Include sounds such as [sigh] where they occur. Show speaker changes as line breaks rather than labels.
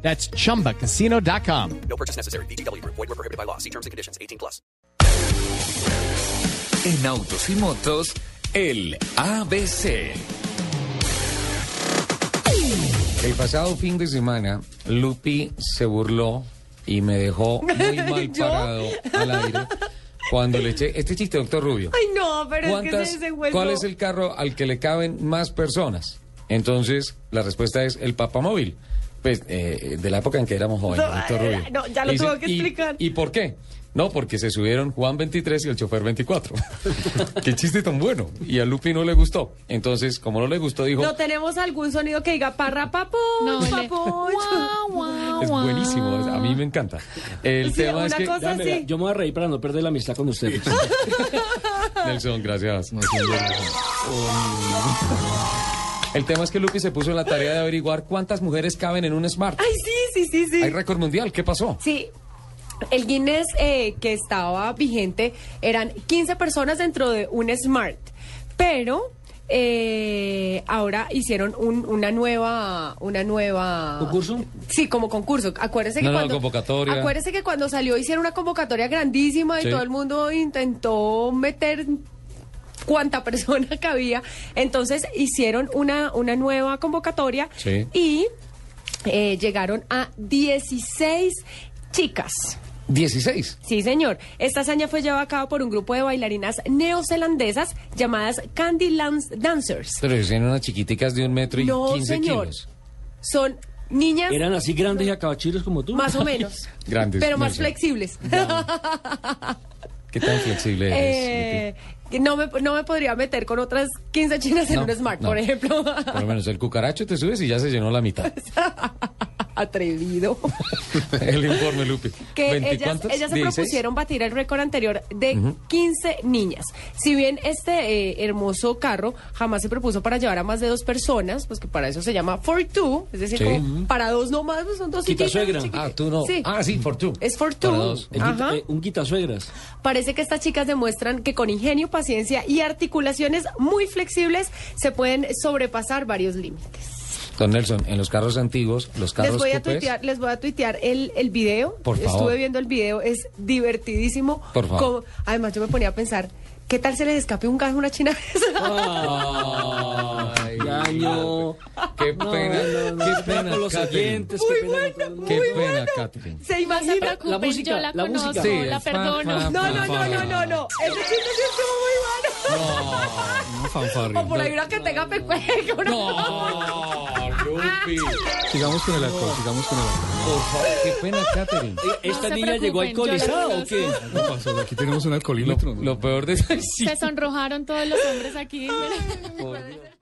That's chumbacasino.com.
No purchase necessary. BGW. Void were prohibited by law. See terms and conditions. 18 plus.
En autos y motos, el ABC.
El pasado fin de semana, Lupi se burló y me dejó muy mal
¿Yo?
parado al aire cuando le eché este chiste, doctor Rubio.
Ay, no, pero es que se, se vuelve-
¿Cuál es el carro al que le caben más personas? Entonces, la respuesta es el papamóvil. Pues, eh, de la época en que éramos jóvenes,
No,
doctor
eh,
Rubio.
no, ya lo
Y dice,
tuvo que
"¿Y-
explicar".
¿Y por qué? No, porque se subieron Juan 23 y el chofer
[laughs]
24. qué chiste tan bueno. Y a Lupi no le gustó. Entonces, como no le gustó, dijo...
No tenemos algún sonido que diga parra papo,
No, le-
[laughs] papo.
Es buenísimo, a mí me encanta. El
Sí,
tema es
una
que,
cosa
Dámela,
así.
Yo me voy a reír para no perder la amistad con ustedes.
Nelson, gracias. El tema es que Lupi se puso en la tarea de averiguar cuántas mujeres caben en un Smart.
Ay, sí, sí, sí, sí.
Hay récord mundial, ¿qué pasó?
Sí. El Guinness eh, que estaba vigente eran 15 personas dentro de un Smart, pero eh, ahora hicieron un- una nueva, una nueva
¿Concurso?
Sí, como concurso. Acuérdense que
No, no,
cuando
convocatoria.
acuérdese que cuando salió hicieron una convocatoria grandísima y
Sí.
todo el mundo intentó meter cuánta persona [laughs] cabía. Entonces hicieron una una nueva convocatoria
Sí.
y eh, llegaron a 16 chicas.
16.
Sí, señor. Esta hazaña fue llevada a cabo por un grupo de bailarinas neozelandesas llamadas Candy Lance Dancers.
Pero dicen unas chiquiticas de un metro y
No,
15
señor.
kilos.
Son niñas
¿Eran así grandes y acabachiros como tú?
más o menos,
[laughs] Grandes.
pero más
Nelson.
flexibles.
¿Qué tan flexible eres,
[laughs] Eh, no, me, no me podría meter con otras 15 chinas en
No,
un smart,
no.
por ejemplo. [laughs]
Lupi? Por lo menos el cucaracho te subes y ya se llenó la mitad. [laughs]
Atrevido.
El informe, Lupi.
Que
¿Veinti
ellas,
cuántas?
ellas se
16.
propusieron batir el récord anterior de 15 niñas. Si bien este eh, hermoso carro jamás se propuso para llevar a más de dos personas, pues que para eso se llama for two, es decir,
Sí.
como para dos nomás, pues son dos
Quita
sillitas
suegra.
chiquitas.
Ah, tú no.
Sí.
Ah, sí, for two.
Es for
Para
two.
dos.
El
Ajá.
quita- eh, un quitasuegras.
Parece que estas chicas demuestran que con ingenio, paciencia y articulaciones muy flexibles se pueden sobrepasar varios límites.
Don Nelson, en los carros antiguos, los carros
Les voy, a
coupés, [laughs]
tuitear, les voy a tuitear el, el video.
Por favor.
Estuve viendo el video, es divertidísimo.
Por favor.
Como- además, yo me ponía a pensar, ¿qué tal se les escape un gas a una china? [laughs]
Ah,
Ay, daño.
Qué pena, qué pena,
Con los
Catherine.
oyentes, qué pena con todo el mundo.
Qué pena, Catherine.
¿Se imagina?
La música,
yo la,
la
conozco,
música.
Sí,
la
es fan,
perdono.
fan,
No, no, no, no, no, no. Ese chiste sí estuvo muy bueno.
fanfarria.
[laughs] o por ahí una que tenga pecueca. una-
Lupi. Sigamos con el alcohol, sigamos con el alcohol. Por favor, qué pena, Catherine.
Eh, ¿Esta
No se
niña llegó
preocupen, yo la
alcoholizada o qué?
Aquí tenemos un
Lo,
alcoholímetro.
lo peor de... Sí. Ah.
Se sonrojaron todos los hombres aquí.
Por Dios.